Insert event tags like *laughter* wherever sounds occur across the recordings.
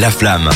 La flamme.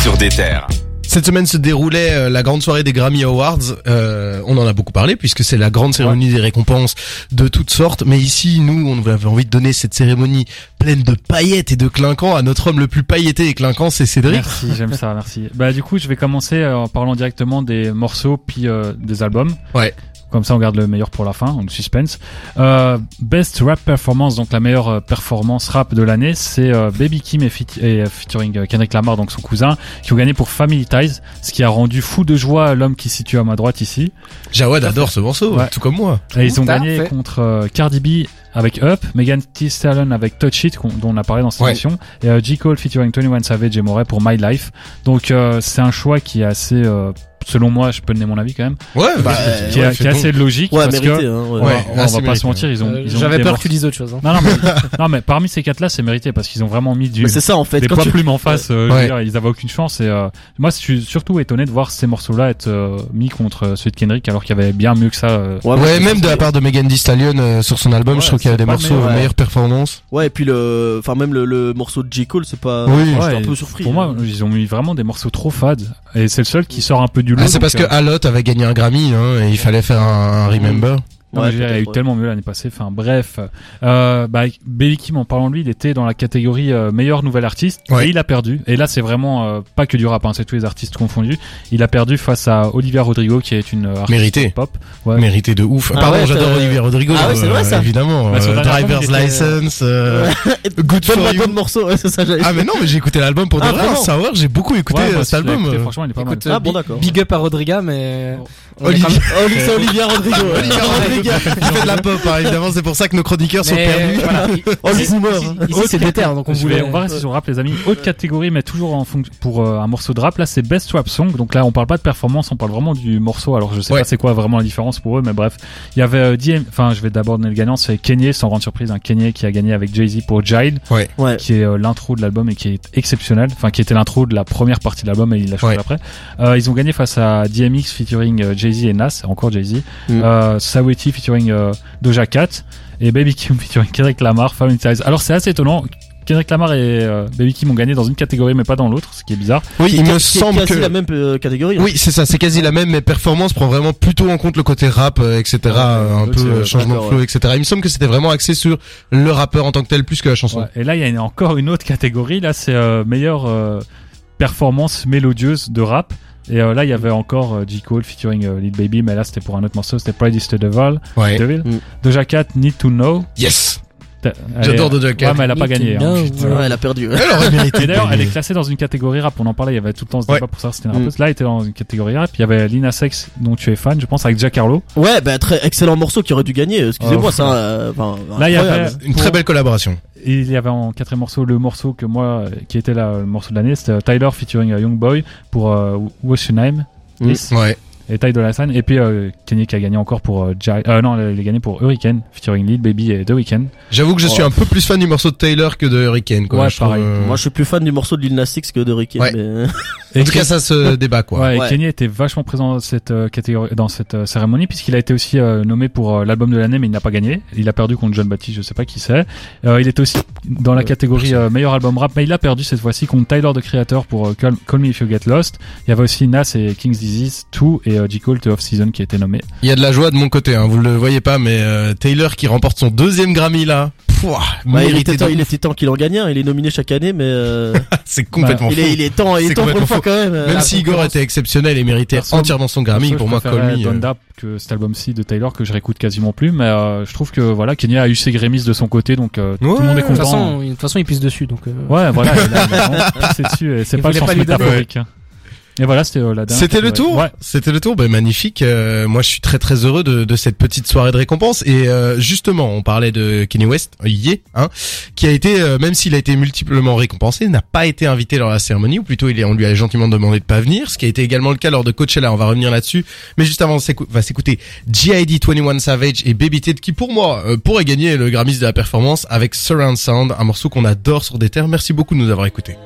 Sur des terres. Cette semaine se déroulait euh, la grande soirée des Grammy Awards. Euh, on en a beaucoup parlé puisque c'est la grande cérémonie des récompenses de toutes sortes. Mais ici, nous, on avait envie de donner cette cérémonie pleine de paillettes et de clinquants à notre homme le plus pailleté et clinquant, c'est Cédric. Merci, j'aime ça, merci. Bah du coup, je vais commencer euh, en parlant directement des morceaux puis euh, des albums. Ouais. Comme ça, on garde le meilleur pour la fin, donc suspense. Euh, best rap performance, donc la meilleure euh, performance rap de l'année, c'est euh, Baby Kim et, fit- et, euh, featuring euh, Kendrick Lamar, donc son cousin, qui ont gagné pour Family Ties, ce qui a rendu fou de joie euh, l'homme qui se situe à ma droite ici. Jawad adore ce morceau, Ouais. tout comme moi. Et ils ont Tout à gagné fait. contre euh, Cardi B avec Up, Megan Thee Stallion avec Touch It, qu'on- dont on a parlé dans cette Ouais. émission, et euh, J. Cole featuring 21 Savage et Moret pour My Life. Donc euh, c'est un choix qui est assez, euh, selon moi, je peux donner mon avis quand même, Ouais, bah, qui, est- ouais, qui c'est est bon. assez logique. Ouais, parce mérité. que, Hein, ouais. on va- Ouais, on va assez pas mérité, Euh, se mentir, ils ont, ils ont mis J'avais des peur morceaux- que tu dises autre chose. Hein. Non, non, mais, non, mais parmi ces quatre-là, c'est mérité parce qu'ils ont vraiment mis du, Mais c'est ça en fait. des Quand poids tu... plumes en face. euh, je veux Ouais. dire, ils avaient aucune chance. Et euh, moi, je suis surtout étonné de voir ces morceaux-là être euh, mis contre euh, ceux de Kendrick, alors qu'il y avait bien mieux que ça. euh, Ouais, mais- même de la part de Megan Thee Stallion euh, sur son album, Ouais, je trouve qu'il y a c'est des pas le morceaux meilleur, aux ouais. meilleures performances. Ouais, et puis le, enfin même le, le morceau de J Cole, c'est pas. Oui. J'étais un Ouais, peu surpris. hein. Pour moi, ils ont mis vraiment des morceaux trop fades. Et c'est le seul qui sort un peu du lot. Ah, c'est donc, parce que euh, Alot avait gagné un Grammy hein, et il fallait faire un, un Remember. non, mais je veux dire, il y a eu peut-être, ouais. tellement mieux l'année passée. Enfin, bref. Euh, bah, Baby Kim, en parlant de lui, il était dans la catégorie euh, meilleur nouvel artiste. Ouais. Et il a perdu. Et là, c'est vraiment euh, pas que du rap, hein, c'est tous les artistes confondus. Il a perdu face à Olivia Rodrigo, qui est une euh, artiste Mérité. pop. Ouais. Mérité de ouf. Ah Pardon, ouais, j'adore t'as- Olivier Rodrigo. euh, Ah ouais, c'est vrai, ça. Évidemment. Bah, sur euh, le dernier album, driver's il était, euh, License. euh, *laughs* Good Donne-moi for you. ton morceau, ouais, c'est ça. j'avais- bah, Ah mais non, mais j'ai écouté l'album pour de Ah, vrai. vraiment en Sour, j'ai beaucoup écouté Ouais, euh, moi, cet je l'ai album. écouté, euh, franchement, il est pas Écoute, mal. Ah, bon, d'accord. Big up à Rodriga, mais. on est Olivier- quand même- Oh, lui, euh, c'est Olivia Rodrigo. ouais. Olivier Rodrigo, il fait de la pop, hein, évidemment, c'est pour ça que nos chroniqueurs sont Mais, perdus. voilà. Oh, le boomer. Ici, c'est des terres, donc on Je vais- voulait. on va rester sur rap, les amis. Autre catégorie, mais toujours en fonction pour euh, un morceau de rap. Là, c'est Best Rap Song. Donc là, on parle pas de performance, on parle vraiment du morceau. Alors, je sais Ouais. pas c'est quoi vraiment la différence pour eux, mais bref. Il y avait euh, DM, enfin, je vais d'abord donner le gagnant, c'est Kanye, sans grande surprise, un Kanye qui a gagné avec Jay-Z pour Child, Ouais. qui est euh, l'intro de l'album et qui est exceptionnel. Enfin, qui était l'intro de la première partie de l'album et il l'a changé Ouais. après. Euh, ils ont gagné face à DMX featuring euh, Jay-Z et Nas, encore Jay-Z. Mm. Euh, Sawiti featuring euh, Doja Cat et Baby Kim *laughs* featuring Kendrick Lamar, Family Ties. Alors c'est assez étonnant. Kendrick Lamar et euh, Baby Kim ont gagné dans une catégorie mais pas dans l'autre, ce qui est bizarre. Oui, il me Qui- qui- semble Qui a que... la même euh, catégorie. hein. Oui, c'est ça, c'est quasi la même, mais performance prend vraiment plutôt en compte le côté rap, euh, etc., euh, un l'autre, peu c'est, euh, euh, changement de d'accord, flow, etc. Il me semble que c'était vraiment axé sur le rappeur en tant que tel plus que la chanson. Et là il y a une- encore une autre catégorie. Là c'est euh, meilleure euh, performance mélodieuse de rap. Et euh, là il y avait encore euh, J Cole featuring euh, Lil Baby, mais là c'était pour un autre morceau, c'était Pride is the Devil. Ouais. Devil. Mm. Doja Cat Need to Know. Yes T'as- elle J'adore est- Doja Cat. Ouais, mais elle a pas Need to gagné. hein. Know. Putain. Ouais, elle a perdu. ouais. Elle aurait mérité Et de d'ailleurs, elle gagner. est classée dans une catégorie rap. On en parlait, il y avait tout le temps ce débat Mm. Ouais. Mm. pour savoir si c'était une rappeuse. Là, elle était dans une catégorie rap. Il y avait Lina Sex, dont tu es fan, je pense, avec Jack Harlow. Ouais, bah très excellent morceau qui aurait dû gagner. Excusez-moi, Oh, ça. euh, enfin, Là, il y incroyable. avait- Une très belle collaboration. Et il y avait en quatrième morceau le morceau que moi, euh, qui était là, le morceau de l'année, c'était euh, Tyler featuring euh, Young Boy pour euh, What's Your Name Mm. Yes. Ouais. et Ty Dolla Sign. Et puis euh, Kanye qui a gagné encore pour euh, Jai- euh, non, il a gagné pour Hurricane featuring Lil Baby et The Weeknd. J'avoue que je suis Ouais. un peu plus fan du morceau de Taylor que de Hurricane, quoi. Ouais, Je trouve, pareil. euh, Moi, je suis plus fan du morceau de Lil Nas X que de Ricky. Ouais. mais- euh, Et En tout cas, ça se débat, quoi. Ouais, et Ouais. Kanye était vachement présent dans cette euh, catégorie, dans cette euh, cérémonie, puisqu'il a été aussi euh, nommé pour euh, l'album de l'année, mais il n'a pas gagné. Il a perdu contre John Baptiste, je sais pas qui c'est. Euh, il était aussi dans la catégorie euh, meilleur album rap, mais il a perdu cette fois-ci contre Tyler de Creator pour euh, Call, Call Me If You Get Lost. Il y avait aussi Nas et King's Disease 2 et euh, J. Cole The Off Season qui a été nommé. Il y a de la joie de mon côté, hein, vous le voyez pas, mais euh, Taylor qui remporte son deuxième Grammy là, Pouah, Bah, il, mérité était temps, de- il était temps qu'il en gagne un. Il est nominé chaque année, mais euh, *laughs* c'est complètement il, fou. est, il est temps, il C'est est temps pour complètement une fois fou. quand même. euh, Même la si Igor concurrence. était exceptionnel et méritait Perso- entièrement son Grammy, Perso, Ah pour je moi préférais Call Me, euh, Donda que cet album ci de Tyler que je réécoute quasiment plus, mais euh, je trouve que voilà, Kanye a eu ses grémisses de son côté, donc euh, tout Ouais, le monde est de De toute content. façon, il- de toute façon, il pisse dessus, donc. euh, Ouais, voilà, il *laughs* a vraiment pissé dessus et c'est Il pas le voulait sens pas lui donner. métaphorique. hein. Et voilà, c'était euh, la dernière. C'était le catégorie. tour. Ouais. C'était le tour. Ben magnifique. Euh, moi, je suis très très heureux de, de cette petite soirée de récompense. Et euh, justement, on parlait de Kenny West, euh, Ye, hein, qui a été, euh, même s'il a été multiplement récompensé, n'a pas été invité lors de la cérémonie, ou plutôt, il est, on lui a gentiment demandé de pas venir, ce qui a été également le cas lors de Coachella. On va revenir là-dessus. Mais juste avant, on s'écou- va s'écouter G.I.D. 21 Savage et Baby Ted, qui pour moi euh, pourraient gagner le Grammys de la performance avec Surround Sound, un morceau qu'on adore sur des terres. Merci beaucoup de nous avoir écoutés.